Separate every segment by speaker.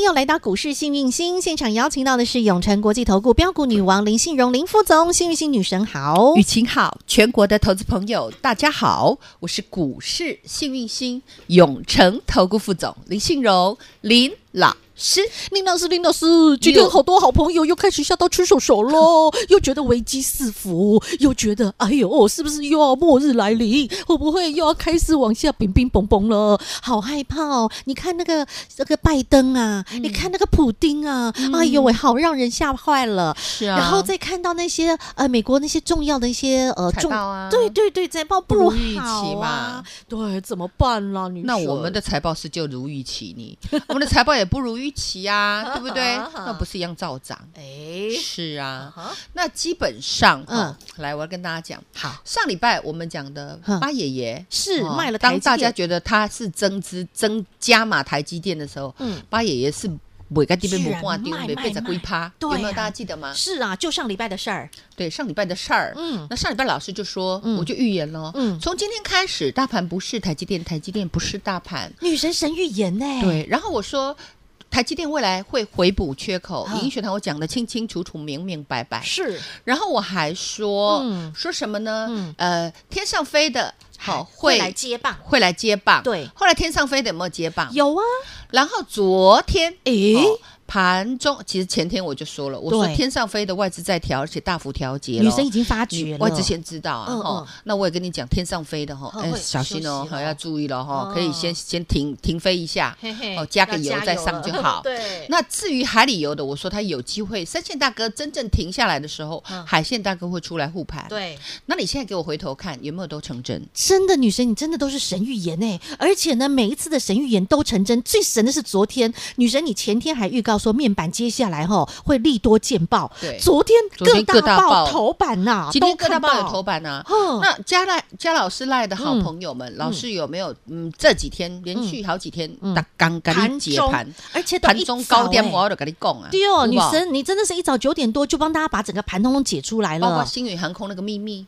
Speaker 1: 友来到股市幸运星现场，邀请到的是永诚国际投顾标股女王林信荣林副总，幸运星女神好
Speaker 2: 雨。晴好，全国的投资朋友大家好，我是股市幸运星永诚投顾副总林信荣林老师。
Speaker 1: 林老师，林老师，今天好多好朋友又开始吓到吃手手 喽，又觉得危机四伏，又觉得哎呦，是不是又要末日来临？会不会又要开始往下冰冰崩崩了？好害怕哦！你看那个那个拜登啊，
Speaker 2: 嗯
Speaker 1: 你看那个普丁啊，哎呦喂，好让人吓坏了。
Speaker 2: 是啊
Speaker 1: 然后再看到那些呃美国那些重要的一些呃
Speaker 2: 财
Speaker 1: 重
Speaker 2: 报啊
Speaker 1: 对对对，财报不
Speaker 2: 不如预
Speaker 1: 好
Speaker 2: 期
Speaker 1: 啊
Speaker 2: 嘛，
Speaker 1: 对，怎么办啦？女
Speaker 2: 那
Speaker 1: 神
Speaker 2: 我们的财报是就如预期 呢，我们的财报也不如预期 啊，对不对？那不是一样照涨？
Speaker 1: 哎
Speaker 2: 是
Speaker 1: 啊
Speaker 2: 啊，
Speaker 1: 哈
Speaker 2: 那基本上，
Speaker 1: 嗯
Speaker 2: 嗯，来，我要跟大家讲，
Speaker 1: 好
Speaker 2: 上礼拜我们讲的
Speaker 1: 嗯
Speaker 2: 八爷爷
Speaker 1: 是
Speaker 2: 哦
Speaker 1: 卖了台
Speaker 2: 当
Speaker 1: 积
Speaker 2: 大家
Speaker 1: 电
Speaker 2: 觉得他是增资增加码台积电的时候，
Speaker 1: 嗯
Speaker 2: 八爷爷是每个地边
Speaker 1: 居
Speaker 2: 不
Speaker 1: 然
Speaker 2: 挂丢，
Speaker 1: 卖
Speaker 2: 没
Speaker 1: 卖
Speaker 2: 被在龟
Speaker 1: 卖
Speaker 2: 趴，
Speaker 1: 对
Speaker 2: 有没有
Speaker 1: 啊
Speaker 2: 大家记得吗？
Speaker 1: 是啊，就上礼拜的事儿，
Speaker 2: 对，上礼拜的事儿，
Speaker 1: 嗯
Speaker 2: 那上礼拜老师就说，
Speaker 1: 嗯
Speaker 2: 我就预言了，哦
Speaker 1: 嗯
Speaker 2: 从今天开始，大盘不是台积电，台积电不是大盘，
Speaker 1: 女神神预言呢、，
Speaker 2: 对，然后我说。台积电未来会回补缺口，
Speaker 1: 啊
Speaker 2: 银学堂我讲的清清楚楚、明明白白。
Speaker 1: 是
Speaker 2: 然后我还说、
Speaker 1: 嗯
Speaker 2: 说什么呢？
Speaker 1: 嗯
Speaker 2: 呃，天上飞的好
Speaker 1: 会
Speaker 2: 会
Speaker 1: 来接棒，
Speaker 2: 会来接棒，
Speaker 1: 对
Speaker 2: 后来天上飞的有没有接棒？。
Speaker 1: 有啊，
Speaker 2: 然后昨天，
Speaker 1: 诶
Speaker 2: 哦盘中其实前天我就说了，我说
Speaker 1: 对
Speaker 2: 天上飞的外资在调，而且大幅调节了。哦
Speaker 1: 女神已经发觉
Speaker 2: 你
Speaker 1: 了，
Speaker 2: 外资先知道啊，
Speaker 1: 嗯
Speaker 2: 哦
Speaker 1: 嗯，
Speaker 2: 那我也跟你讲，天上飞的哈，
Speaker 1: 哦
Speaker 2: 哎，
Speaker 1: 会
Speaker 2: 小心
Speaker 1: 休
Speaker 2: 哦
Speaker 1: 息，了
Speaker 2: 好要注意了哈
Speaker 1: 哦，
Speaker 2: 可以先先停停飞一下
Speaker 1: 嘿嘿，
Speaker 2: 哦，加个
Speaker 1: 要
Speaker 2: 油
Speaker 1: 加
Speaker 2: 再
Speaker 1: 油
Speaker 2: 上
Speaker 1: 了
Speaker 2: 就好。
Speaker 1: 对，
Speaker 2: 那至于海里游的，我说他有机会，三线大哥真正停下来的时候
Speaker 1: 嗯，
Speaker 2: 海线大哥会出来护盘。，
Speaker 1: 对，
Speaker 2: 那你现在给我回头看，有没有都成真？
Speaker 1: 真的女神，你真的都是神预言哎！而且呢，每一次的神预言都成真。最神的是昨天，女神你前天还预告说面板接下来哈会利多见报，
Speaker 2: 对
Speaker 1: 昨天
Speaker 2: 昨天
Speaker 1: 各
Speaker 2: 各
Speaker 1: 大
Speaker 2: 大
Speaker 1: 报
Speaker 2: 报
Speaker 1: 头版呐、
Speaker 2: 今天
Speaker 1: 都
Speaker 2: 各
Speaker 1: 看
Speaker 2: 大报有
Speaker 1: 到
Speaker 2: 头，版啊。
Speaker 1: 哼
Speaker 2: 那加赖加老师赖的好朋友们，老师有没有嗯这几天连续好几天
Speaker 1: 嗯
Speaker 2: 打刚跟你
Speaker 1: 盘
Speaker 2: 解
Speaker 1: 中
Speaker 2: 盘，
Speaker 1: 而且都
Speaker 2: 盘
Speaker 1: 一
Speaker 2: 中
Speaker 1: 早
Speaker 2: 高点
Speaker 1: 哎
Speaker 2: 我都跟你讲啊。
Speaker 1: 对哦，
Speaker 2: 有
Speaker 1: 女
Speaker 2: 没有
Speaker 1: 神，你真的是一早九点多就帮大家把整个盘通通解出来
Speaker 2: 包括
Speaker 1: 哎了。
Speaker 2: 星宇航空那个秘密，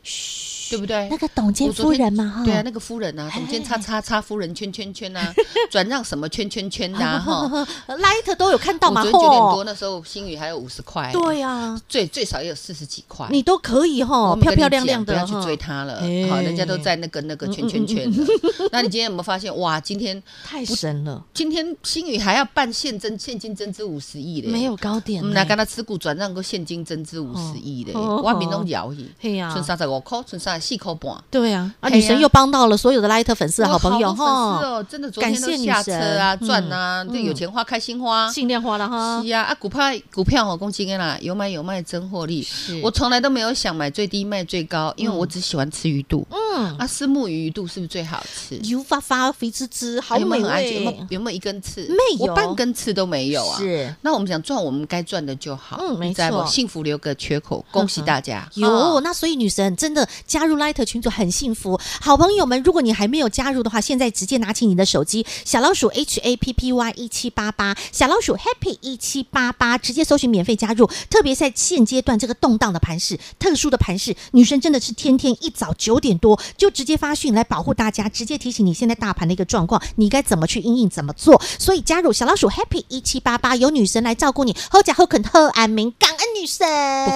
Speaker 2: 对不对
Speaker 1: 那？个哦哎董监
Speaker 2: 我
Speaker 1: 夫
Speaker 2: 昨天
Speaker 1: 人嘛，哈，
Speaker 2: 对啊，那个夫人啊，董监叉叉叉夫人圈圈 圈啊，转让什么圈圈圈的啊哈。
Speaker 1: 呃，Light 都有看到
Speaker 2: 我
Speaker 1: 嘛，
Speaker 2: 昨天九点多
Speaker 1: 吼，
Speaker 2: 那时候，星宇还有五十块，
Speaker 1: 对，呀，
Speaker 2: 最最少也有四十几块。
Speaker 1: 你都可以
Speaker 2: 哎我
Speaker 1: 吼，
Speaker 2: 们
Speaker 1: 漂
Speaker 2: 跟你
Speaker 1: 漂亮
Speaker 2: 讲
Speaker 1: 亮
Speaker 2: 不
Speaker 1: 的
Speaker 2: 要去追
Speaker 1: 哈，
Speaker 2: 他了。
Speaker 1: 哎嗯
Speaker 2: 好，人家都在那个那个圈圈圈了。 那你今天有没有发现？哇，今天
Speaker 1: 太神了，
Speaker 2: 今天星宇还要办现增现金增资五十亿嘞，
Speaker 1: 没有高点
Speaker 2: 我
Speaker 1: 呢，
Speaker 2: 们来跟他持股转让个现金增资五十亿嘞，
Speaker 1: 哦啊
Speaker 2: 我面拢摇去，
Speaker 1: 嘿呀
Speaker 2: 剩三十五块，剩三十四块半。
Speaker 1: 对呀，啊，
Speaker 2: 嘿
Speaker 1: 女
Speaker 2: 呀
Speaker 1: 神又帮到了所有的 Light 粉丝啊
Speaker 2: 我
Speaker 1: 好朋友
Speaker 2: 多粉丝
Speaker 1: 哈，
Speaker 2: 哦，真的昨天
Speaker 1: 感谢
Speaker 2: 都
Speaker 1: 女
Speaker 2: 下车啊，
Speaker 1: 神
Speaker 2: 赚啊，
Speaker 1: 嗯
Speaker 2: 对，有钱花，开心花。
Speaker 1: 尽量花了哈
Speaker 2: 是，啊，啊，股票股票哦，公斤的啦，有买有卖，真获利。我从来都没有想买最低卖最高，因为我只喜欢吃鱼肚。
Speaker 1: 嗯，
Speaker 2: 啊，丝木鱼鱼肚是不是最好吃？
Speaker 1: 油发发肥滋滋，好
Speaker 2: 啊有没
Speaker 1: 美
Speaker 2: 有很安全？有没
Speaker 1: 味
Speaker 2: 有，有没有一根刺？
Speaker 1: 没有
Speaker 2: 我半根刺都没有啊。
Speaker 1: 是
Speaker 2: 那我们想赚我们该赚的就好，
Speaker 1: 嗯没
Speaker 2: 你知道不
Speaker 1: 错嗯
Speaker 2: 幸福留个缺口，恭喜大家。
Speaker 1: 有、
Speaker 2: 啊
Speaker 1: 那所以女神真的加入 Light 群组很幸福。好朋友们，如果你还没有加入的话，现在直接拿起你的手机，小老鼠 H A P P Y 一七八八，小老鼠 Happy 一七八八，直接搜寻免费加入。特别在现阶段这个动荡的盘势、特殊的盘势，女神真的是天天一早九点多就直接发讯来保护大家，直接提醒你现在大盘的一个状况，你该怎么去应应，怎么做。所以加入小老鼠 Happy 一七八八，由女神来照顾你，后加后肯特安明，感恩女神。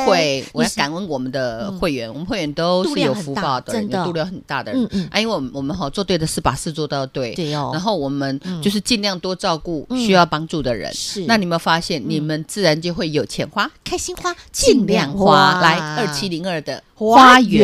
Speaker 2: 不会，我
Speaker 1: 女
Speaker 2: 要
Speaker 1: 神
Speaker 2: 感恩我们的会员，我们会员
Speaker 1: 嗯
Speaker 2: 都
Speaker 1: 度
Speaker 2: 是
Speaker 1: 量
Speaker 2: 有
Speaker 1: 很
Speaker 2: 福
Speaker 1: 大
Speaker 2: 报的人，
Speaker 1: 真的
Speaker 2: 有度量很大的人。
Speaker 1: 嗯嗯
Speaker 2: 啊，因为我们我们哈做对的事，把事做到对。
Speaker 1: 对哦
Speaker 2: 然后我们就是尽量多照顾
Speaker 1: 嗯
Speaker 2: 需要帮助的人。
Speaker 1: 是嗯
Speaker 2: 那你有没有发现，你们自然就会有钱花，
Speaker 1: 开心花
Speaker 2: 尽量花。来，二七
Speaker 1: 零
Speaker 2: 零二的
Speaker 1: 花
Speaker 2: 花
Speaker 1: 园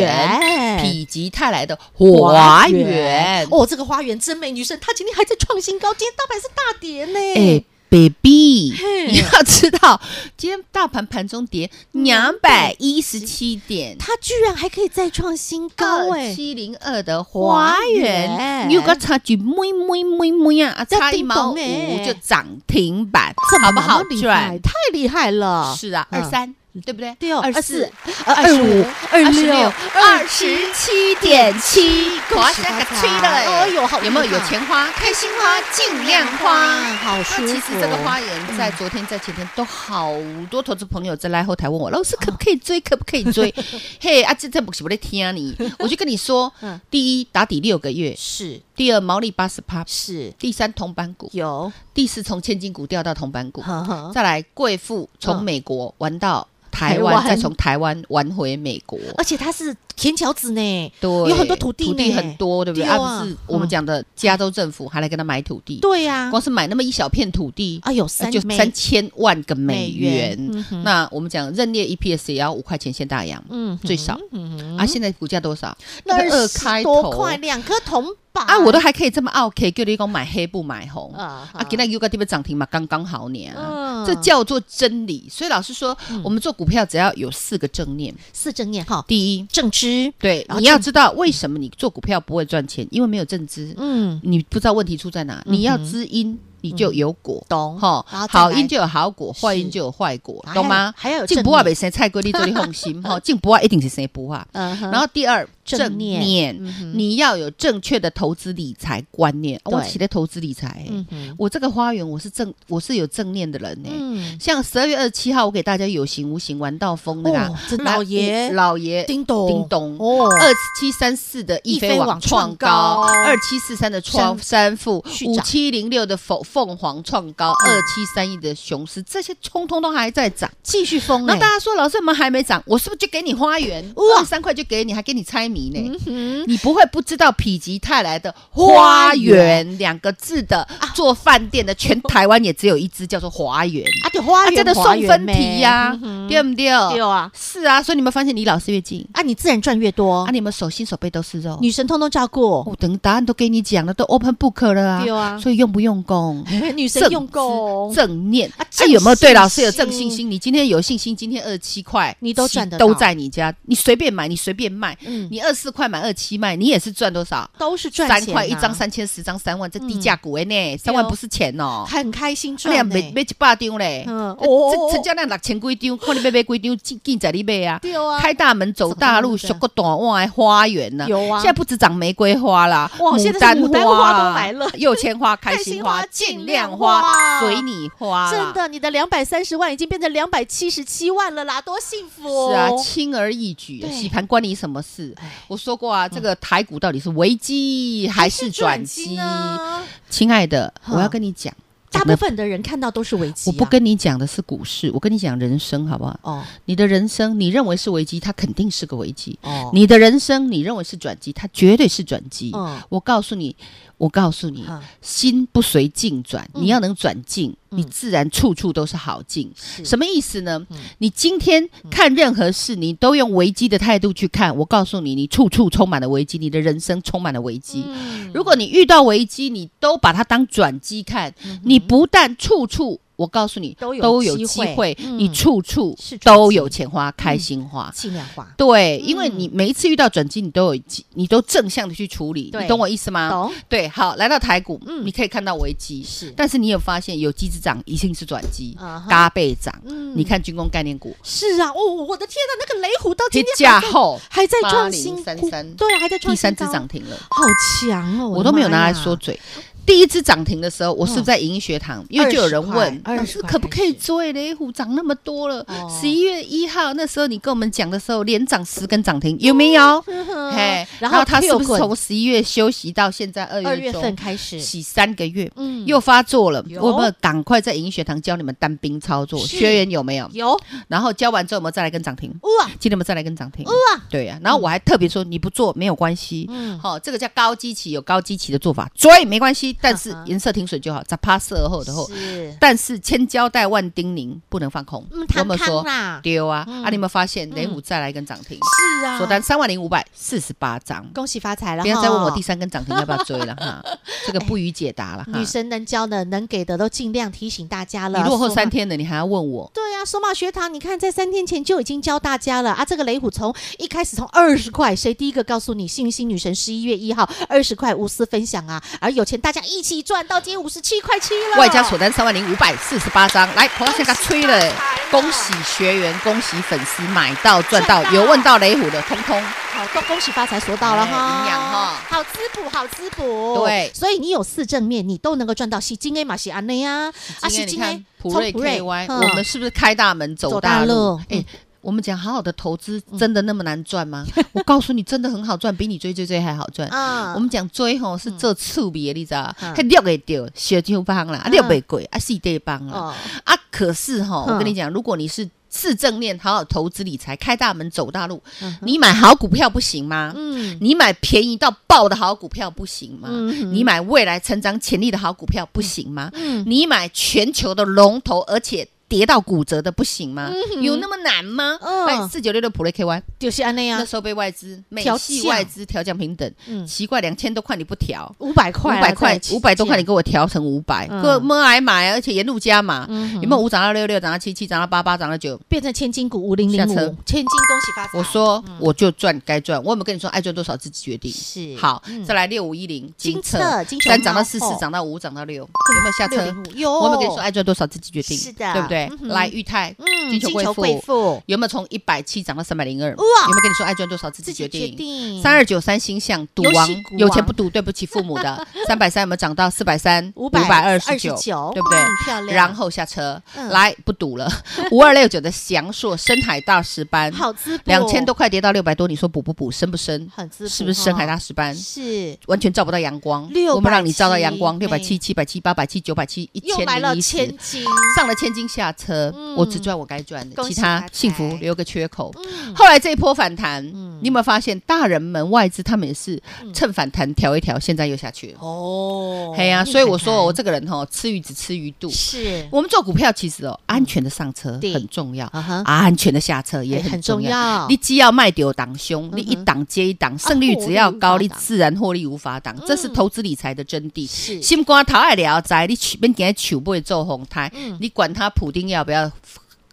Speaker 2: 园，否极泰来的花园。
Speaker 1: 哦，这个花园真美，女生她今天还在创新高，今天大盘是大跌呢。
Speaker 2: 哎，baby，你要知道，今天大盘盘中跌两百一十七点，
Speaker 1: 它居然还可以再创新高哎、
Speaker 2: 嗯二七零二的华
Speaker 1: 华
Speaker 2: 元，
Speaker 1: 元
Speaker 2: 你有个差距，摸摸摸摸呀，啊
Speaker 1: 这
Speaker 2: 差一
Speaker 1: 叮
Speaker 2: 毛
Speaker 1: 咚欸
Speaker 2: 五就涨停板，
Speaker 1: 怎么那么
Speaker 2: 好不好
Speaker 1: 厉害？
Speaker 2: 赚？
Speaker 1: 太厉害了！
Speaker 2: 是啊，
Speaker 1: 嗯
Speaker 2: 二三对不对？
Speaker 1: 对哦，
Speaker 2: 二
Speaker 1: 二
Speaker 2: 四
Speaker 1: 四、、二五、二六、
Speaker 2: 二十七点七，哇，现在可吹了
Speaker 1: 哎
Speaker 2: 哎！
Speaker 1: 呦，好
Speaker 2: 有没有有
Speaker 1: 棒
Speaker 2: 钱花？开心花，尽量花。
Speaker 1: 好舒服。
Speaker 2: 那其实这个花园在昨天、在前天都好多投资朋友在来后台问我，老
Speaker 1: 哦
Speaker 2: 师可不可以追？可不可以 追？嘿啊，这这不是我在听啊你，我就跟你说
Speaker 1: 嗯，
Speaker 2: 第一打底六个月，
Speaker 1: 是
Speaker 2: 第二毛利八十趴，
Speaker 1: 是
Speaker 2: 第三铜板股，
Speaker 1: 有，
Speaker 2: 第四从千金股掉到铜板股，
Speaker 1: 呵呵
Speaker 2: 再来贵妇从
Speaker 1: 嗯
Speaker 2: 美国玩到台
Speaker 1: 台
Speaker 2: 湾，
Speaker 1: 湾
Speaker 2: 再从台湾玩回美国。
Speaker 1: 而且它是田桥子呢，
Speaker 2: 对，
Speaker 1: 有很多土地呢
Speaker 2: 土地很多，对不对？
Speaker 1: 对
Speaker 2: 啊，
Speaker 1: 啊
Speaker 2: 不是我们讲的加州政府还来跟他买土地，
Speaker 1: 对啊呀、
Speaker 2: 光是买那么一小片土地，
Speaker 1: 啊，有
Speaker 2: 呃
Speaker 1: 三
Speaker 2: 就
Speaker 1: 枚
Speaker 2: 三千万个美
Speaker 1: 美
Speaker 2: 元
Speaker 1: 元。嗯哼
Speaker 2: 那我们讲认列 EPS 也要五块钱先大洋，
Speaker 1: 嗯
Speaker 2: 最少
Speaker 1: 嗯哼
Speaker 2: 啊，现在股价多少？
Speaker 1: 那
Speaker 2: 才
Speaker 1: 二十多块，两颗铜板
Speaker 2: 啊，我都还可以这么 OK，叫你讲买黑不买红
Speaker 1: 啊
Speaker 2: 啊，给那 U 个地方涨停嘛，刚刚好你啊。
Speaker 1: 嗯
Speaker 2: 这叫做真理，所以老师说，我们做股票只要有四个正念。
Speaker 1: 四正念哈，
Speaker 2: 第一，
Speaker 1: 正知
Speaker 2: 对，
Speaker 1: 嗯然后
Speaker 2: 你要知道为什么你做股票不会赚钱，因为没有正知。
Speaker 1: 嗯
Speaker 2: 你不知道问题出在哪，你要知因，你就有果，
Speaker 1: 懂
Speaker 2: 哈
Speaker 1: 哦然后，再
Speaker 2: 好
Speaker 1: 来
Speaker 2: 因就有好果，
Speaker 1: 是
Speaker 2: 坏因就有坏果，
Speaker 1: 还
Speaker 2: 懂吗？
Speaker 1: 还要有
Speaker 2: 进啊
Speaker 1: 正
Speaker 2: 不化
Speaker 1: 念
Speaker 2: 被谁菜龟，你做你放 心哈，进不化一定是谁不化。
Speaker 1: 嗯哼
Speaker 2: 然后第二，
Speaker 1: 正念嗯
Speaker 2: 你要有正确的投资理财观念。哦
Speaker 1: 对
Speaker 2: 我起的投资理财，欸
Speaker 1: 嗯哼
Speaker 2: 我这个花园我是正，我是有正念的人呢。
Speaker 1: 嗯
Speaker 2: 像十二月二十七号，我给大家有形无形玩到疯那个啊
Speaker 1: 哦这
Speaker 2: 来
Speaker 1: 老爷
Speaker 2: 嗯老爷
Speaker 1: 叮咚
Speaker 2: 叮咚
Speaker 1: 哦
Speaker 2: 二七三四的易飞网创高，
Speaker 1: 易飞网创高
Speaker 2: 二七四三的创三富，
Speaker 1: 续
Speaker 2: 五
Speaker 1: 涨嗯
Speaker 2: 七零六的凤凤凰创高，二七三一的雄狮，这些通通都还在涨。
Speaker 1: 继续疯
Speaker 2: 然
Speaker 1: 哎
Speaker 2: 后大家说，老师我们还没涨，我是不是就给你花园？
Speaker 1: 哇
Speaker 2: 哇，三块就给你，还给你猜谜呢？
Speaker 1: 嗯
Speaker 2: 你不会不知道否极泰来的花园两个字的
Speaker 1: 嗯啊
Speaker 2: 做饭店的，全台湾也只有一只叫做华园，
Speaker 1: 啊就花
Speaker 2: 啊，
Speaker 1: 园
Speaker 2: 真的送
Speaker 1: 花园
Speaker 2: 分
Speaker 1: 咩
Speaker 2: 题呀
Speaker 1: 嗯，
Speaker 2: 对不对？
Speaker 1: 对啊
Speaker 2: 是啊，所以你们发现离老师越近，
Speaker 1: 啊你自然赚越多
Speaker 2: 啊，你们手心手背都是肉。
Speaker 1: 女神通通照 顾
Speaker 2: 我哦等答案都给你讲了，都 open book 了啊，
Speaker 1: 对啊
Speaker 2: 所以用不用功？
Speaker 1: 女神
Speaker 2: 正
Speaker 1: 用功
Speaker 2: 知正念，
Speaker 1: 啊
Speaker 2: 啊，
Speaker 1: 正
Speaker 2: 有没有对
Speaker 1: 信
Speaker 2: 老师有
Speaker 1: 心
Speaker 2: 正信心？你今天有信心，今天二七块，
Speaker 1: 你都
Speaker 2: 其
Speaker 1: 赚得
Speaker 2: 都
Speaker 1: 到
Speaker 2: 在你家，你随便买，你随便卖，
Speaker 1: 嗯
Speaker 2: 你二四块买二七卖，你也是赚多少？
Speaker 1: 都是赚
Speaker 2: 三
Speaker 1: 钱
Speaker 2: 块
Speaker 1: 啊
Speaker 2: 一张，三千十张三万，这低价股哎呢，三万不是钱哦，
Speaker 1: 很开心
Speaker 2: 那
Speaker 1: 赚
Speaker 2: 每
Speaker 1: 呢
Speaker 2: 每一百张嘞，
Speaker 1: 嗯
Speaker 2: 这成交量六千几张，看你买买几张，进进在你买啊。
Speaker 1: 对啊
Speaker 2: 开大门走大路，
Speaker 1: 什
Speaker 2: 学
Speaker 1: 么
Speaker 2: 个短袜花园呢、
Speaker 1: 有啊
Speaker 2: 现在不止长玫瑰花啦，
Speaker 1: 哇现在是牡丹花都来了
Speaker 2: 柚钱花、开
Speaker 1: 开
Speaker 2: 心
Speaker 1: 心
Speaker 2: 花
Speaker 1: 花、
Speaker 2: 尽
Speaker 1: 尽
Speaker 2: 量
Speaker 1: 量
Speaker 2: 花、
Speaker 1: 花
Speaker 2: 随你花，
Speaker 1: 真。的，你的两百三十万已经变成两百七十七万了啦，多幸福！
Speaker 2: 是啊，轻而易举，
Speaker 1: 哦
Speaker 2: 啊
Speaker 1: 对
Speaker 2: 洗盘关你什么事
Speaker 1: 哎？
Speaker 2: 我说过啊，这个台股到底是危机还是转机？
Speaker 1: 呢？
Speaker 2: 亲爱的，
Speaker 1: 哼
Speaker 2: 我要跟你讲，
Speaker 1: 大
Speaker 2: 讲得
Speaker 1: 部分的人看到都是危机、
Speaker 2: 我
Speaker 1: 啊，
Speaker 2: 不跟你讲的是股市，我跟你讲人生好不好？
Speaker 1: 哦
Speaker 2: 你的人生，你认为是危机，它肯定是个危机。
Speaker 1: 哦，
Speaker 2: 你的人生，你认为是转机，它绝对是转机。
Speaker 1: 嗯
Speaker 2: 我告诉你，我告诉你，
Speaker 1: 嗯
Speaker 2: 心不随境转，
Speaker 1: 嗯
Speaker 2: 你要能转境，
Speaker 1: 嗯
Speaker 2: 你自然处处都是好境。
Speaker 1: 是
Speaker 2: 什
Speaker 1: 么？
Speaker 2: 么意思呢？
Speaker 1: 嗯
Speaker 2: 你今天看任何事，你都用危机的态度去看。我告诉你，你处处充满了危机，你的人生充满了危机。
Speaker 1: 嗯
Speaker 2: 如果你遇到危机，你都把它当转机看，你不但处处，我告诉你，
Speaker 1: 嗯都有
Speaker 2: 机
Speaker 1: 机
Speaker 2: 会，
Speaker 1: 会嗯
Speaker 2: 你处处
Speaker 1: 是转
Speaker 2: 都
Speaker 1: 机嗯
Speaker 2: 有钱花，开心花。
Speaker 1: 尽量花，
Speaker 2: 对，因
Speaker 1: 嗯
Speaker 2: 为你每一次遇到转机，你都有机，你都正向的去处理，
Speaker 1: 对
Speaker 2: 你懂我意思吗？
Speaker 1: 懂？
Speaker 2: 对，好，来到台股，
Speaker 1: 嗯
Speaker 2: 你可以看到危机，
Speaker 1: 是
Speaker 2: 但是你有发现有机子涨，一定是转机
Speaker 1: 啊哈，
Speaker 2: 搭配涨。
Speaker 1: 嗯
Speaker 2: 嗯你看军工概念股，
Speaker 1: 是啊，哦，我的天哪，那个雷虎到今
Speaker 2: 这
Speaker 1: 天
Speaker 2: 价后
Speaker 1: 还在创新高，
Speaker 2: 8033
Speaker 1: 对，还在创新
Speaker 2: 第三
Speaker 1: 高
Speaker 2: 只涨，停了，
Speaker 1: 好强哦！
Speaker 2: 我都没有拿来说嘴。第一只涨停的时候，我是不是
Speaker 1: 嗯
Speaker 2: 在盈学堂？因为就有人问，
Speaker 1: 20块
Speaker 2: 老师可不可以
Speaker 1: 开始
Speaker 2: 追雷虎涨那么多了？
Speaker 1: 哦
Speaker 2: 十一月一号那时候你跟我们讲的时候，连涨十根涨停，有没有？
Speaker 1: 嗯
Speaker 2: 嘿
Speaker 1: 嘿，，
Speaker 2: 然后它
Speaker 1: 他
Speaker 2: 是不是从十一月休息到现在二
Speaker 1: 二
Speaker 2: 月
Speaker 1: 月
Speaker 2: 中
Speaker 1: 份开始？
Speaker 2: 洗三个月？
Speaker 1: 嗯
Speaker 2: 又发作了，
Speaker 1: 有
Speaker 2: 我有没有赶快在银学堂教你们单兵操作？
Speaker 1: 是
Speaker 2: 学员有没有？
Speaker 1: 有
Speaker 2: 然后教完之后，我们再来跟涨停。
Speaker 1: 哇
Speaker 2: 今天我们再来跟涨停。
Speaker 1: 哇，
Speaker 2: 对呀、然后我还特别说，你不做没有关系，
Speaker 1: 嗯
Speaker 2: 好、这个叫高基期，有高基期的做法，追没关系，西，但是
Speaker 1: 嗯哼
Speaker 2: 颜色停损就好，咋趴色后的后。
Speaker 1: 是，
Speaker 2: 但是千交代万叮咛，不能放空。
Speaker 1: 嗯，
Speaker 2: 我
Speaker 1: 汤
Speaker 2: 们
Speaker 1: 汤
Speaker 2: 说
Speaker 1: 啦，
Speaker 2: 丢啊
Speaker 1: 嗯
Speaker 2: 啊！你有没有发现雷虎再来一根涨停？
Speaker 1: 是啊，
Speaker 2: 锁单三万零五百四十八张，
Speaker 1: 恭喜发财了，
Speaker 2: 不要再问我第
Speaker 1: 三。
Speaker 2: 三根涨停要不要追了哈，这个不予解答了哈。
Speaker 1: 哎女神能教的、能给的都尽量提醒大家了。
Speaker 2: 你落后
Speaker 1: 索马
Speaker 2: 三天了，你还要问我？
Speaker 1: 对呀、啊，索马学堂，你看在三天前就已经教大家了啊。这个雷虎从一开始从二十块，谁第一个告诉你？幸运星女神十一月一号二十块无私分享啊，而有钱大家一起赚，到今天五十七块七了，
Speaker 2: 外加锁单三万零五百四十八张，来，黄老师给他吹了，恭喜学员，恭喜粉丝，买到赚到，
Speaker 1: 赚到
Speaker 2: 有问到雷虎的，通通
Speaker 1: 好，都恭喜发财说到了哈，
Speaker 2: 哎营养哈
Speaker 1: 好滋补，好滋补，
Speaker 2: 对
Speaker 1: 所以你有四正面，你都能够赚到喜金 A 嘛，喜安内啊，啊，
Speaker 2: 今
Speaker 1: 喜
Speaker 2: 天你
Speaker 1: 金
Speaker 2: 看
Speaker 1: A，
Speaker 2: 普瑞
Speaker 1: 从
Speaker 2: KY，
Speaker 1: 嗯
Speaker 2: 我们是不是开大门走大
Speaker 1: 走大
Speaker 2: 路
Speaker 1: 路？嗯
Speaker 2: 哎，我们讲好好的投资，真的那么难赚吗？我告诉你，真的很好赚，比你追追追还好赚。
Speaker 1: 啊，
Speaker 2: 我们讲追吼是做触鼻的，你知道
Speaker 1: 嗯？
Speaker 2: 还六个掉，小就帮啦，啊六倍贵，啊四对帮啦。
Speaker 1: 哦，
Speaker 2: 啊，可是哈，
Speaker 1: 嗯
Speaker 2: 我跟你讲，如果你是是正念，好好投资理财，开大门走大路，
Speaker 1: 嗯哼
Speaker 2: 你买好股票不行吗？
Speaker 1: 嗯
Speaker 2: 你买便宜到爆的好股票不行吗？
Speaker 1: 嗯哼
Speaker 2: 你买未来成长潜力的好股票不行吗？
Speaker 1: 嗯，
Speaker 2: 你买全球的龙头，而且跌到骨折的不行吗？
Speaker 1: 嗯哼
Speaker 2: 有那么难吗？
Speaker 1: 嗯
Speaker 2: 卖四九六六普瑞 KY，
Speaker 1: 就是安内
Speaker 2: 那
Speaker 1: 啊，
Speaker 2: 时候被外资、美
Speaker 1: 调
Speaker 2: 系
Speaker 1: 降
Speaker 2: 外资调降平等，
Speaker 1: 嗯，
Speaker 2: 奇怪，两千多块你不调，
Speaker 1: 五百
Speaker 2: 五
Speaker 1: 块啊，
Speaker 2: 百块
Speaker 1: 在，
Speaker 2: 五百多块，你
Speaker 1: 见，
Speaker 2: 给我调成五百，
Speaker 1: 嗯
Speaker 2: 各么来买，啊而且沿路加码，
Speaker 1: 嗯哼
Speaker 2: 有没有五涨到六六，涨到七七，涨到八八，涨到九？
Speaker 1: 变成千金股五零零
Speaker 2: 下
Speaker 1: 五
Speaker 2: 车，
Speaker 1: 千金恭喜发财，
Speaker 2: 我说我就赚该赚，我有没有跟你说爱赚多少自己决定？
Speaker 1: 嗯是
Speaker 2: 好
Speaker 1: 嗯，
Speaker 2: 再来六五一零
Speaker 1: 金
Speaker 2: 金策
Speaker 1: 策，金策哦
Speaker 2: 三涨到四
Speaker 1: 猫
Speaker 2: 四
Speaker 1: 后，
Speaker 2: 涨到五，涨到六，有没有下车？
Speaker 1: 605有，
Speaker 2: 我有没有跟你说爱赚多少自己决定？
Speaker 1: 哦是的
Speaker 2: 对不对
Speaker 1: 嗯？哼
Speaker 2: 来裕泰，
Speaker 1: 嗯，金
Speaker 2: 金球
Speaker 1: 球贵
Speaker 2: 贵
Speaker 1: 妇
Speaker 2: 有没有从一百七涨到三百零二？有没
Speaker 1: 哇
Speaker 2: 有跟你说爱赚多少自己决定？
Speaker 1: 定
Speaker 2: 三二九三星象赌
Speaker 1: 游
Speaker 2: 王
Speaker 1: 戏股，
Speaker 2: 有钱
Speaker 1: 王
Speaker 2: 不赌，对不起父母 的。三百三有没有涨到四百三？
Speaker 1: 五百
Speaker 2: 百
Speaker 1: 二
Speaker 2: 二
Speaker 1: 十
Speaker 2: 十
Speaker 1: 九
Speaker 2: 九，，对不对
Speaker 1: 嗯？漂亮，
Speaker 2: 然后下车
Speaker 1: 嗯，
Speaker 2: 来不赌了。五二六九的翔硕深海大石斑，
Speaker 1: 好滋补，
Speaker 2: 两千多块跌到六百多，你说补不补？深不深？
Speaker 1: 很滋补，
Speaker 2: 是不是深海大
Speaker 1: 哦？
Speaker 2: 石斑？
Speaker 1: 是。
Speaker 2: 完全照不到阳光，
Speaker 1: 670
Speaker 2: 我们让你照到阳光，六百
Speaker 1: 嘿
Speaker 2: 七、七百七、八百七、九百七、一
Speaker 1: 又
Speaker 2: 千
Speaker 1: 买了
Speaker 2: 零一
Speaker 1: 千
Speaker 2: 十，
Speaker 1: 金，
Speaker 2: 上了千金下车
Speaker 1: 嗯，
Speaker 2: 我只赚我该赚的，
Speaker 1: 恭喜
Speaker 2: 其
Speaker 1: 发财
Speaker 2: 他幸福留个缺口。
Speaker 1: 嗯，
Speaker 2: 后来这一波反弹，
Speaker 1: 嗯
Speaker 2: 你有没有发现大人们外资他们也是
Speaker 1: 嗯
Speaker 2: 趁反弹调一调，现在又下去了。
Speaker 1: 哦
Speaker 2: 嘿呀、所以我说我
Speaker 1: 这
Speaker 2: 这个人吼，吃鱼只吃鱼肚。
Speaker 1: 是，
Speaker 2: 我们做股票其实哦，安全的上车
Speaker 1: 嗯对
Speaker 2: 很重要，
Speaker 1: 啊哈，
Speaker 2: 安全的下车也
Speaker 1: 哎很
Speaker 2: 很
Speaker 1: 重
Speaker 2: 重要。
Speaker 1: 要，
Speaker 2: 你既要卖丢挡凶，你一
Speaker 1: 嗯哼
Speaker 2: 档接一档，胜率只要
Speaker 1: 获
Speaker 2: 高，
Speaker 1: 利无
Speaker 2: 你
Speaker 1: 法挡
Speaker 2: 自然获利无法挡。这是
Speaker 1: 嗯
Speaker 2: 投资理财的真谛。
Speaker 1: 是
Speaker 2: 心肝头爱聊在，你去免给球不会做红胎
Speaker 1: 嗯，
Speaker 2: 你管他普丁要不要。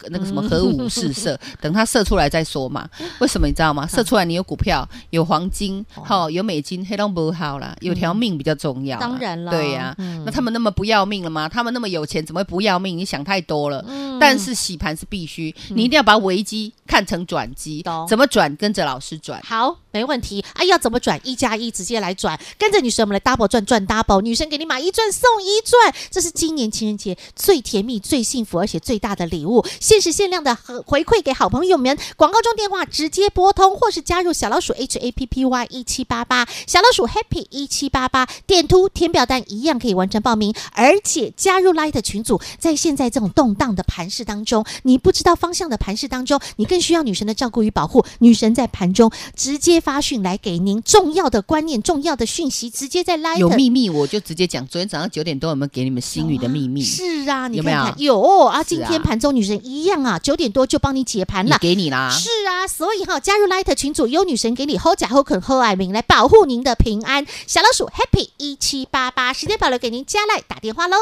Speaker 2: 那个什么核武 试射，等它射出来再说嘛。为什么你知
Speaker 1: 嗯
Speaker 2: 道吗？射出来你有股票，有黄金，
Speaker 1: 哦
Speaker 2: 好、有美金，黑龙不好啦，
Speaker 1: 嗯
Speaker 2: 有条命比较重要啦。
Speaker 1: 当然了，
Speaker 2: 对呀、
Speaker 1: 嗯
Speaker 2: 那他们那么不要命了吗？他们那么有钱，怎么会不要命？你想太多了。
Speaker 1: 嗯
Speaker 2: 但是洗盘是必须，你一定要把危机看成转机
Speaker 1: 懂，
Speaker 2: 怎么转跟着老师转。
Speaker 1: 好，没问题。哎、要怎么转？一加一直接来转，跟着女神我们来 double 赚赚 double，女神给你买一赚送一赚，这是今年情人节最甜蜜、最幸福而且最大的礼物，限时限量的和回馈给好朋友们。广告中电话直接拨通，或是加入小老鼠 H A P P Y 一七八八，小老鼠 Happy 一七八八，点图填表单一样可以完成报名，而且加入 Light 群组，在现在这种动荡的盘势当中，你不知道方向的盘势当中，你更需要女神的照顾与保护。女神在盘中直接发讯来给您重要的观念、重要的讯息，直接在 Light
Speaker 2: 有秘密我就直接讲，昨天早上九点多有没有给你们心语的秘密？
Speaker 1: 是啊，你
Speaker 2: 有
Speaker 1: 看
Speaker 2: 没有
Speaker 1: 看有啊，今天
Speaker 2: 啊
Speaker 1: 盘中女神一样啊，九点多就帮你解盘
Speaker 2: 也
Speaker 1: 了。
Speaker 2: 给你啦。
Speaker 1: 是啊，所以哈，加入 Light 群组，有女神给你 hold 假 hold 肯 hold 爱民来保护您的平安。小老鼠 Happy 一七八八，时间保留给您加赖打电话喽。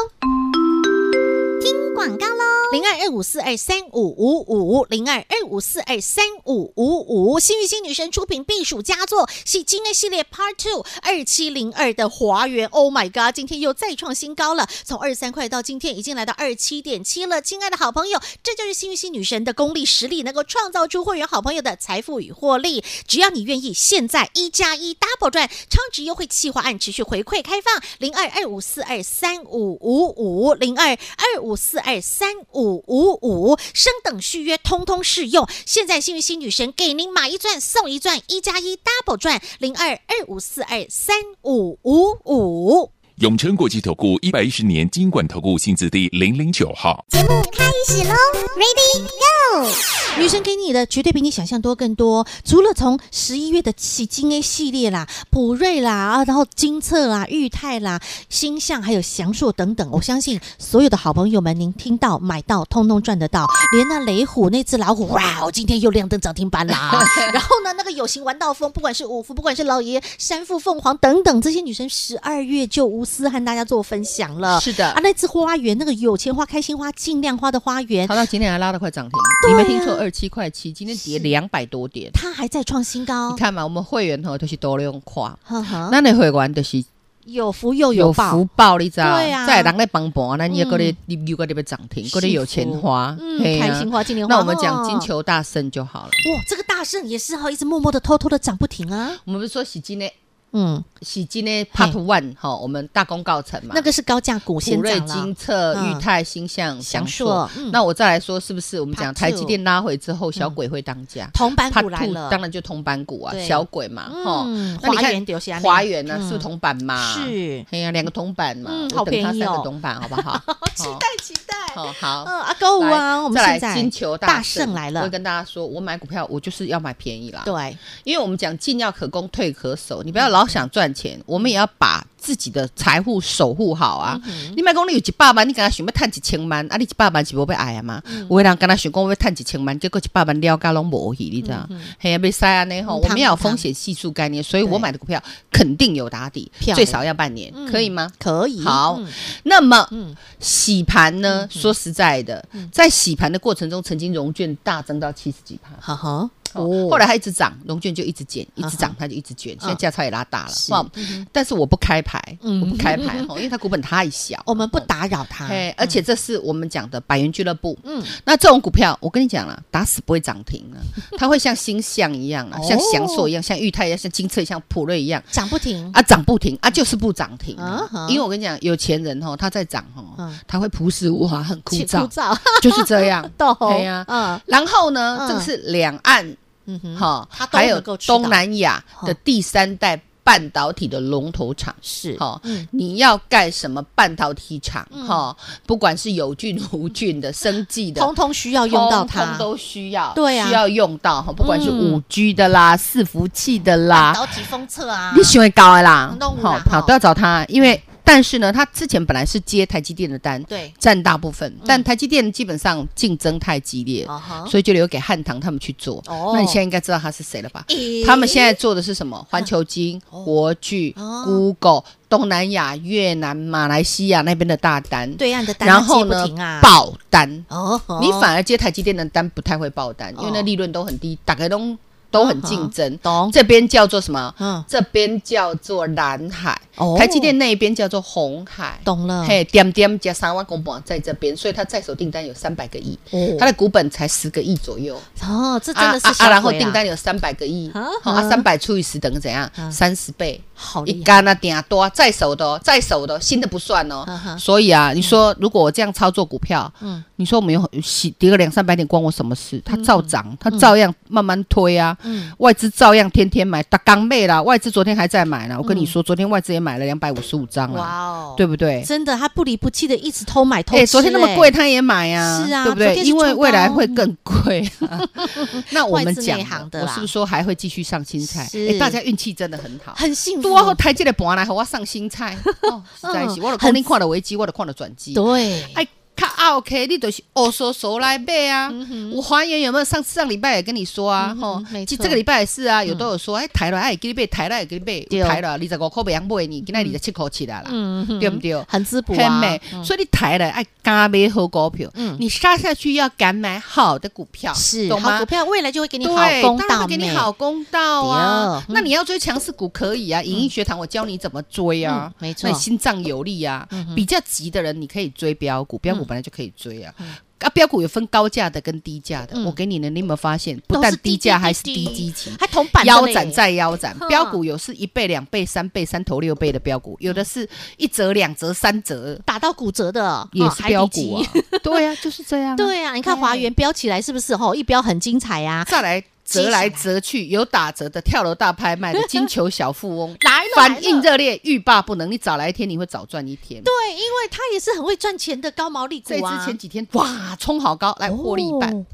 Speaker 1: 听广告喽，零二二五四二三五五五，零二二五四二三五五五，幸运星女神出品避暑佳作是金 A 系列 Part Two 二七零二的华元，Oh my God，今天又再创新高了，从二十三块到今天已经来到二七点七了，亲爱的好朋友，这就是幸运星女神的功力实力，能够创造出会员好朋友的财富与获利，只要你愿意，现在一加一 double 赚，超值优惠企划案持续回馈开放，零二二五四二三五五五零二二五四二三五五五，升等续约通通适用。现在幸运星女神给您买一钻送一钻，一加一 double 赚，零二二五四二三五五五。
Speaker 3: 永诚国际投顾一百一十年金管投顾性质第零零九号。
Speaker 4: 节目开始喽，Ready Go！
Speaker 1: 女神给你的绝对比你想象多更多。除了从十一月的起金 A 系列啦、普瑞啦啊，然后金策啦、裕泰啦、星象还有祥硕等等，我相信所有的好朋友们，您听到买到，通通赚得到。连那雷虎那只老虎，哇，我今天又亮灯涨停板啦 啊！然后呢，那个有形玩到疯，不管是五福，不管是老爷、山富、凤凰等等，这些女神十二月就无私和大家做分享了。
Speaker 2: 是的
Speaker 1: 啊，，那只花园，那个有钱花、开心花、尽量花的花园，
Speaker 2: 好到今天还拉了快涨停，
Speaker 1: 对
Speaker 2: 你
Speaker 1: 啊
Speaker 2: 没听错，二七块七，今天跌
Speaker 1: 是哦
Speaker 2: 两百多点。
Speaker 1: 它还在创新高
Speaker 2: 你。看嘛，我们会员吼都是多利用跨，
Speaker 1: 呵呵，
Speaker 2: 咱的会员就是
Speaker 1: 有福又哦有
Speaker 2: 有
Speaker 1: 报，
Speaker 2: 福报，你知道？
Speaker 1: 对啊
Speaker 2: 在人在帮盘，咱也搁咧
Speaker 1: 嗯
Speaker 2: 又搁咧要涨停，
Speaker 1: 幸福
Speaker 2: 搁咧有钱花，
Speaker 1: 嗯，
Speaker 2: 嘿啊
Speaker 1: 开心花、金莲花。
Speaker 2: 那我们讲
Speaker 1: 哦
Speaker 2: 金，球大胜就好了。
Speaker 1: 哇，这个大圣也是哈，一直默默的、偷偷的涨不停啊。
Speaker 2: 我们不是说喜金的
Speaker 1: 嗯，
Speaker 2: 喜金的 Part One 哈，我们大功告成嘛。
Speaker 1: 那个是高价股
Speaker 2: 普
Speaker 1: 先
Speaker 2: 瑞
Speaker 1: 涨了
Speaker 2: 金。策、
Speaker 1: 嗯
Speaker 2: 裕泰、星象、
Speaker 1: 翔
Speaker 2: 翔
Speaker 1: 硕
Speaker 2: 硕
Speaker 1: 嗯。
Speaker 2: 那我再来说，是不是我们
Speaker 1: Part two
Speaker 2: 讲
Speaker 1: 嗯
Speaker 2: 台积电拉回之后，小鬼会当家？
Speaker 1: 铜板
Speaker 2: Part
Speaker 1: 股来
Speaker 2: two
Speaker 1: 了，
Speaker 2: 当然就铜板股啊，
Speaker 1: 对
Speaker 2: 小鬼嘛，哈、
Speaker 1: 嗯
Speaker 2: 那你
Speaker 1: 华
Speaker 2: 看
Speaker 1: 元留下来
Speaker 2: 华元呢、啊
Speaker 1: 嗯
Speaker 2: 是不是铜板嘛？
Speaker 1: 是，
Speaker 2: 哎呀，两个铜板嘛，
Speaker 1: 嗯好
Speaker 2: 我等它
Speaker 1: 便宜哦
Speaker 2: 三个铜板，好不 好？好期
Speaker 1: 期待期待。
Speaker 2: 哦，好。
Speaker 1: 嗯，阿高五啊，
Speaker 2: 来
Speaker 1: 我们
Speaker 2: 再
Speaker 1: 现
Speaker 2: 来
Speaker 1: 在
Speaker 2: 金球
Speaker 1: 大
Speaker 2: 胜
Speaker 1: 胜来
Speaker 2: 我
Speaker 1: 了
Speaker 2: 会，跟大家说，我买股票我就是要买便宜啦。，
Speaker 1: 对，
Speaker 2: 因为我们讲进要可攻，退可守，你不要老想赚钱，我们也要把自己的财富守护好啊。
Speaker 1: 嗯
Speaker 2: 你买讲你有一百万，你敢若想要赚一千万，啊，你一百万是无要爱啊嘛。
Speaker 1: 嗯
Speaker 2: 有的人敢若想讲我要赚一千万，结果一百万了甲拢无去，你知道？嘿、嗯，要塞安尼吼，
Speaker 1: 嗯
Speaker 2: 我们要有
Speaker 1: 汤
Speaker 2: 风险系数概念，所以
Speaker 1: 对
Speaker 2: 我买的股票肯定有打底
Speaker 1: 漂，亮
Speaker 2: 最少要半年，可以吗？
Speaker 1: 可以。
Speaker 2: 好
Speaker 1: 嗯
Speaker 2: 那么
Speaker 1: 嗯
Speaker 2: 洗盘呢？说实在的，在洗盘的过程中，曾经融券大增到七十几趴。
Speaker 1: 好好，
Speaker 2: 哦，后来它一直涨，融券就一直减，一直
Speaker 1: 啊
Speaker 2: 涨它就一直减，现在价差也拉大了。
Speaker 1: 是
Speaker 2: 哇！但是我不开牌，
Speaker 1: 嗯哦
Speaker 2: 我不开牌哦 哈，因为它股本太小。
Speaker 1: 我们不打扰他。
Speaker 2: 嘿，而且这是我们讲的百元俱乐部。
Speaker 1: 嗯
Speaker 2: 嗯，那这种股票，我跟你讲了，打死不会涨 停啊，它会像星象一样
Speaker 1: 哦
Speaker 2: 啊，像翔硕一样，像裕泰一样，像金策一样，像普瑞一样。
Speaker 1: 涨不停，
Speaker 2: 啊，涨不停啊，就是不涨停啊、
Speaker 1: 嗯啊哈
Speaker 2: 因为我跟你讲，有钱人哦吼，他在涨吼，
Speaker 1: 嗯
Speaker 2: 他会朴实无华，很枯
Speaker 1: 去
Speaker 2: 燥
Speaker 1: 枯，燥，。
Speaker 2: 就是这样
Speaker 1: 豆
Speaker 2: 对呀
Speaker 1: 嗯
Speaker 2: 然后呢，
Speaker 1: 嗯
Speaker 2: 这个是两岸
Speaker 1: 嗯哼，
Speaker 2: 哈、
Speaker 1: 它都
Speaker 2: 还有
Speaker 1: 能够吃到哦
Speaker 2: 东南亚的第三代半导体的龙头厂。
Speaker 1: 是
Speaker 2: 好、
Speaker 1: 嗯
Speaker 2: 你要盖什么半导体厂？哈、不管是有菌、无菌的、生技的，
Speaker 1: 通通需要用到
Speaker 2: 通通
Speaker 1: 它。
Speaker 2: 都需要，
Speaker 1: 对啊
Speaker 2: 需要用到哈，不管是
Speaker 1: 嗯
Speaker 2: 五 G 的啦、伺服器的啦
Speaker 1: 半，导体封测啊，
Speaker 2: 啊你喜欢高的啦，
Speaker 1: 弄啊有
Speaker 2: 好
Speaker 1: 啦
Speaker 2: 好
Speaker 1: 吼
Speaker 2: 都要找他，因为但是呢，他之前本来是接台积电的单，
Speaker 1: 对，嗯
Speaker 2: 占大部分，但台积电基本上竞争太激烈，
Speaker 1: 啊哈，
Speaker 2: 所以就留给汉唐他们去做。
Speaker 1: 哦啊
Speaker 2: 那你现在应该知道他是谁了吧？
Speaker 1: 以
Speaker 2: 他们现在做的是什么？环球金、国巨
Speaker 1: 哦、
Speaker 2: Google、东南亚、越南、马来西亚那边的大单，
Speaker 1: 对岸的单
Speaker 2: 然后
Speaker 1: 接不
Speaker 2: 呢
Speaker 1: 停啊，
Speaker 2: 爆单，
Speaker 1: 哦吼，
Speaker 2: 你反而接台积电的单不太会爆单，因为那利润都很低，大概都都很竞争。
Speaker 1: 啊懂
Speaker 2: 这边叫做什么？
Speaker 1: 嗯
Speaker 2: 这边叫做蓝海，
Speaker 1: 哦
Speaker 2: 台积电那一边叫做红海。
Speaker 1: 懂了，
Speaker 2: 嘿，点点加三万公磅在这边，所以它在手订单有三百个亿，
Speaker 1: 哦
Speaker 2: 它的股本才十个亿左右。
Speaker 1: 哦，这真的是
Speaker 2: 啊啊
Speaker 1: 小
Speaker 2: 啊然后
Speaker 1: 鬼啦
Speaker 2: 订单有三百个亿
Speaker 1: 啊，
Speaker 2: 好啊，三百除以十等于怎样
Speaker 1: 啊？
Speaker 2: 三十倍。
Speaker 1: 好
Speaker 2: 一
Speaker 1: 厉害，
Speaker 2: 干那点多，在手的哦，在手的哦新的不算哦
Speaker 1: 啊哈。
Speaker 2: 所以啊，你说如果我这样操作股票，
Speaker 1: 嗯
Speaker 2: 你说我们有洗跌个两三百点，关我什么事？它照涨，它照样慢慢推啊。
Speaker 1: 嗯
Speaker 2: 外资照样天天买，大刚妹啦，外资昨天还在买呢。我跟你说，昨天外资也买了两百五十五张
Speaker 1: 嗯哇
Speaker 2: 了，
Speaker 1: 哦，
Speaker 2: 啊对不对？
Speaker 1: 真的他不离不弃的一直偷买偷吃、
Speaker 2: 哎，昨天那么
Speaker 1: 哎
Speaker 2: 贵，，他也买呀，
Speaker 1: 是啊
Speaker 2: 对不
Speaker 1: 昨
Speaker 2: 对？
Speaker 1: 天是
Speaker 2: 因为
Speaker 1: 冲
Speaker 2: 未来
Speaker 1: 高
Speaker 2: 会更贵 啊。那我
Speaker 1: 外
Speaker 2: 们
Speaker 1: 资内
Speaker 2: 讲
Speaker 1: 行的
Speaker 2: 了，我
Speaker 1: 啦
Speaker 2: 是不是说还会继续上新菜？
Speaker 1: 是
Speaker 2: 哎，大家运气真的很好。
Speaker 1: 很幸福，
Speaker 2: 多好台阶的盘来和我上新 菜，哦，实在 是
Speaker 1: 嗯
Speaker 2: 我都
Speaker 1: 很
Speaker 2: 看你看到危机，我都看到转机。
Speaker 1: 对，
Speaker 2: 哎，看 OK，你就是哦说熟来背啊。
Speaker 1: 嗯
Speaker 2: 我还原有没有上上礼拜也跟你说啊？吼
Speaker 1: 没，
Speaker 2: 这
Speaker 1: 错嗯
Speaker 2: 这个礼拜也是啊，有都有说，哎，抬了，哎，给你背，抬了，哎给你背，
Speaker 1: 对
Speaker 2: 抬了，二十五块不养买你，今天二十七块起来了，
Speaker 1: 嗯
Speaker 2: 对不对？
Speaker 1: 很滋补
Speaker 2: 很
Speaker 1: 啊，
Speaker 2: 美，所以你抬了哎，敢买好股票
Speaker 1: 嗯，
Speaker 2: 你杀下去要敢买好的股票，
Speaker 1: 是
Speaker 2: 懂
Speaker 1: 好
Speaker 2: 吗
Speaker 1: 股？票，未来就会给你好
Speaker 2: 对，
Speaker 1: 公
Speaker 2: 当然
Speaker 1: 道
Speaker 2: 会给你
Speaker 1: 妹
Speaker 2: 好公道啊。
Speaker 1: 对嗯
Speaker 2: 那你要追强势股可以啊，影音学堂我教你怎么追啊
Speaker 1: 嗯，没错嗯
Speaker 2: 那你心脏有力啊。比较急的人，你可以追标股，标股本来就可以追啊。
Speaker 1: 嗯
Speaker 2: 啊，标股有分高价的跟低价的，我给你呢，你有没有发现？不但低价还是低基期，
Speaker 1: 还铜板的
Speaker 2: 腰
Speaker 1: 嘞
Speaker 2: 斩再腰斩
Speaker 1: 哼，
Speaker 2: 标股有是一倍、两倍、三倍、三头六倍的标股，有的是一折、两折、三折，
Speaker 1: 打到骨折的
Speaker 2: 也
Speaker 1: 哦
Speaker 2: 是
Speaker 1: 海
Speaker 2: 标
Speaker 1: 底
Speaker 2: 股
Speaker 1: 鸡
Speaker 2: 啊。 对啊，就是这样啊。
Speaker 1: 对啊，你看华元飙起来是不是？吼，一飙很精彩啊！
Speaker 2: 再来
Speaker 1: 接
Speaker 2: 折
Speaker 1: 下来
Speaker 2: 来折去，有打折的跳楼大拍卖的金球小富翁
Speaker 1: 来了来了
Speaker 2: 反应热烈，欲罢不能。你早来一天，你会早赚一天。
Speaker 1: 对，因啊为他也是很会赚钱的高毛利
Speaker 2: 这
Speaker 1: 股
Speaker 2: 之
Speaker 1: 啊
Speaker 2: 前。几天哇，冲好高，来获利一半
Speaker 1: 哦，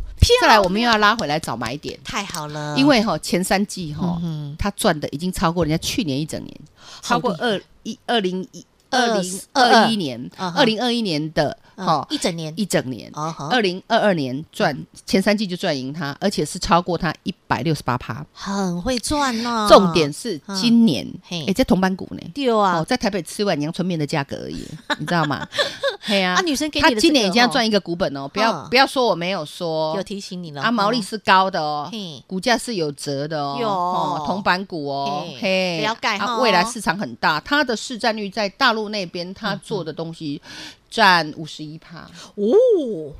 Speaker 2: 再来我们又要拉回来找买点，
Speaker 1: 太好了，
Speaker 2: 因为哈前三季哈
Speaker 1: 嗯哼
Speaker 2: 他赚的已经超过人家去年一整年，超过二一二零一二零二
Speaker 1: 22
Speaker 2: 一年
Speaker 1: 嗯
Speaker 2: 二零二一年的
Speaker 1: 嗯
Speaker 2: 哈
Speaker 1: 一整年
Speaker 2: 一整年。
Speaker 1: 哦好
Speaker 2: 二零二二年
Speaker 1: 嗯
Speaker 2: 赚前三季就赚赢他，而且是超过他一百六十八趴。
Speaker 1: 很会赚呢。
Speaker 2: 重点是
Speaker 1: 嗯
Speaker 2: 今年，
Speaker 1: 嘿
Speaker 2: 哎，在铜板股呢，
Speaker 1: 丢啊
Speaker 2: 哦，，在台北吃一碗阳春面的价格 而已，你知道吗？嘿呀
Speaker 1: 啊，，女生给
Speaker 2: 他
Speaker 1: 你的
Speaker 2: 今年已经要
Speaker 1: 这个
Speaker 2: 赚一个股本哦，不要
Speaker 1: 嗯
Speaker 2: 不要说我没有
Speaker 1: 哦
Speaker 2: 说
Speaker 1: 有，提醒你了
Speaker 2: 啊，毛利
Speaker 1: 哦
Speaker 2: 是高的哦
Speaker 1: 嘿，
Speaker 2: 股价是有折的哦，
Speaker 1: 有
Speaker 2: 哦铜板股哦
Speaker 1: 嘿，
Speaker 2: 嘿，
Speaker 1: 了解
Speaker 2: 啊
Speaker 1: 哈
Speaker 2: 未来市场很大，它的市占率在大陆那边，它
Speaker 1: 嗯
Speaker 2: 做的东西占五十一趴，
Speaker 1: 哦，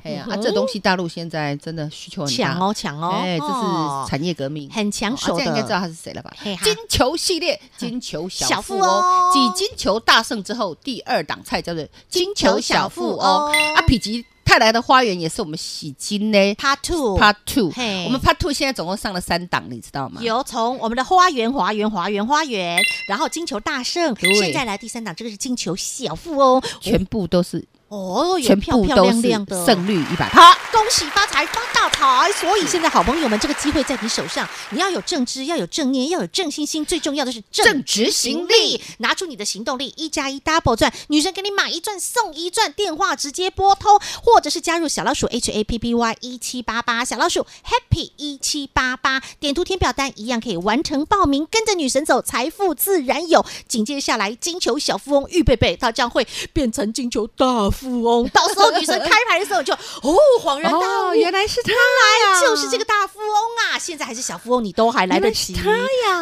Speaker 2: 嘿呀，啊，这东西大陆现在真的需求很
Speaker 1: 抢
Speaker 2: 大，
Speaker 1: 哦抢哦，
Speaker 2: 哎，这
Speaker 1: 哦
Speaker 2: 是产业革命，
Speaker 1: 很抢
Speaker 2: 哦
Speaker 1: 手
Speaker 2: 啊这样应该知道
Speaker 1: 的。
Speaker 2: 他是谁了吧
Speaker 1: 嘿哈？
Speaker 2: 金球 系列，金球小富
Speaker 1: 小富
Speaker 2: 翁
Speaker 1: 翁，
Speaker 2: 继金球大胜之后，第二档菜叫做金球小富
Speaker 1: 金球小富
Speaker 2: 翁
Speaker 1: 翁
Speaker 2: 啊。否极泰来的花园也是我们喜金呢
Speaker 1: Part Two，
Speaker 2: Part Two，
Speaker 1: 嘿
Speaker 2: 我们 Part Two 现在总共上了三档，你知道吗？
Speaker 1: 有从我们的花园、华园、华园、花园，然后金球大胜，
Speaker 2: 对
Speaker 1: 现在来第三档，这个是金球小富翁
Speaker 2: 全部都是，
Speaker 1: 哦，有
Speaker 2: 全
Speaker 1: 漂
Speaker 2: 部
Speaker 1: 漂
Speaker 2: 都
Speaker 1: 亮
Speaker 2: 是
Speaker 1: 亮的
Speaker 2: 胜率一百。
Speaker 1: 好，恭喜发财发大财！所以现在好朋友们，这个机会在你手上，你要有正知，要有正念，要有正信心，最重要的是
Speaker 2: 正执行力，
Speaker 1: 拿出你的行动力，一加一 double 赚，女神给你买一赚送一赚，电话直接拨通，或者是加入小老鼠 H A P P Y 一七八八，小老鼠 Happy 一七八八，点图填表单一样可以完成报名，跟着女神走，财富自然有。紧接下来，金球小富翁预备备，他将会变成金球大富 翁，到时候女神开牌的时候你就哦恍然大悟。原
Speaker 2: 来是他
Speaker 1: 来就是这个大富翁啊！现在还是小富翁，你都还来得及。
Speaker 2: 呀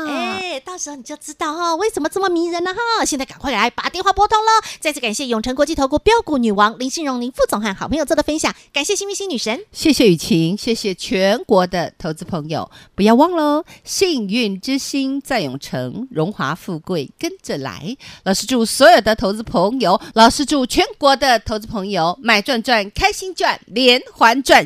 Speaker 1: 哎，到时候你就知道哈、为什么这么迷人了、哈！现在赶快来把电话拨通喽！再次感谢永诚国际投顾标股女王林信荣林副总和好朋友做的分享，感谢新明星女神。
Speaker 2: 谢谢雨晴，谢谢全国的投资朋友，不要忘喽！幸运之星在永城，荣华富贵跟着来。老师祝所有的投资朋友，老师祝全国的投资朋友买赚赚，开心赚，连环赚。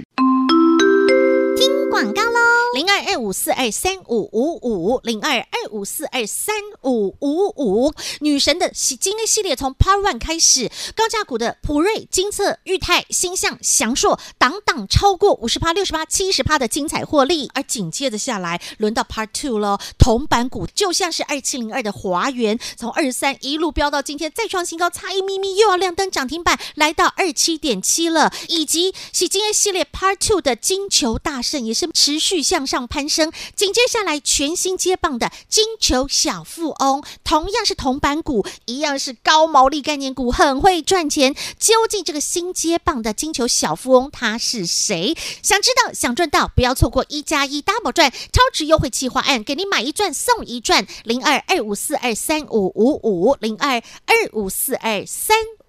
Speaker 1: 广告喽，零二二五四二三五五五，零二二五四二三五五五。女神的系精英系列从 Part One 开始，高价股的普瑞、金策、裕泰、星象、翔硕，档档超过五十趴、六十趴、七十趴的精彩获利。而紧接着下来，轮到 Part Two 喽，铜板股就像是二七零二的华元，从二十三一路飙到今天再创新高，差一咪咪又要亮灯涨停板，来到二七点七了，以及喜金 A 系列 Part Two 的金球大胜也是持续向上攀升。紧接下来全新接棒的金球小富翁，同样是铜板股，一样是高毛利概念股，很会赚钱。究竟这个新接棒的金球小富翁他是谁？想知道，想赚到，不要错过一加一 double 赚超值优惠计划案，给你买一赚送一赚，零二二五四二三五五五零二二五四二三